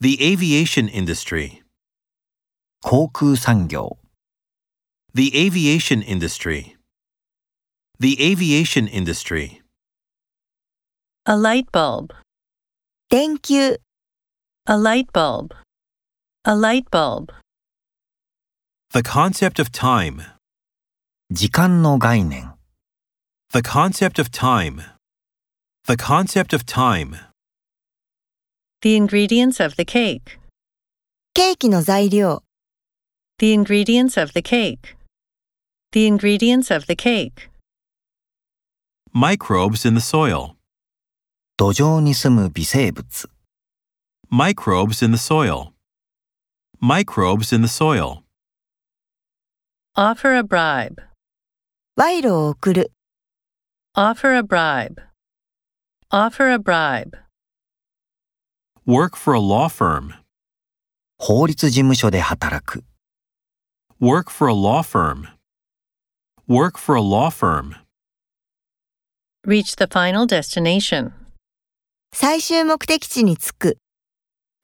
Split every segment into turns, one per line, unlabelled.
The aviation industry.
航空産業、
The aviation industry. The aviation industry.
A light bulb.
電球、
A light bulb. A light bulb.
The concept of time.
時間の概念、
The concept of time. The concept of time.
The ingredients of the cake.
ケーキの材料、
The ingredients of the cake. The ingredients of the cake.
Microbes in the soil.
土壌に住む微生物、
Microbes in the soil. Microbes in the soil.
Offer a bribe.
賄賂を送る、
Offer a bribe. Offer a bribe.
Work for a law firm.
法律事務所で働く、
Work for a law firm. Work for a law firm.
Reach the final destination.
最終目的地に着く、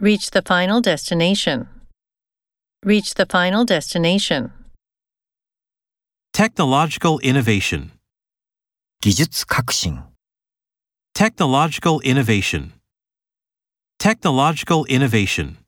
Reach the final destination. Reach the final destination.
Technological innovation.
技術革新、
Technological innovation. Technological innovation.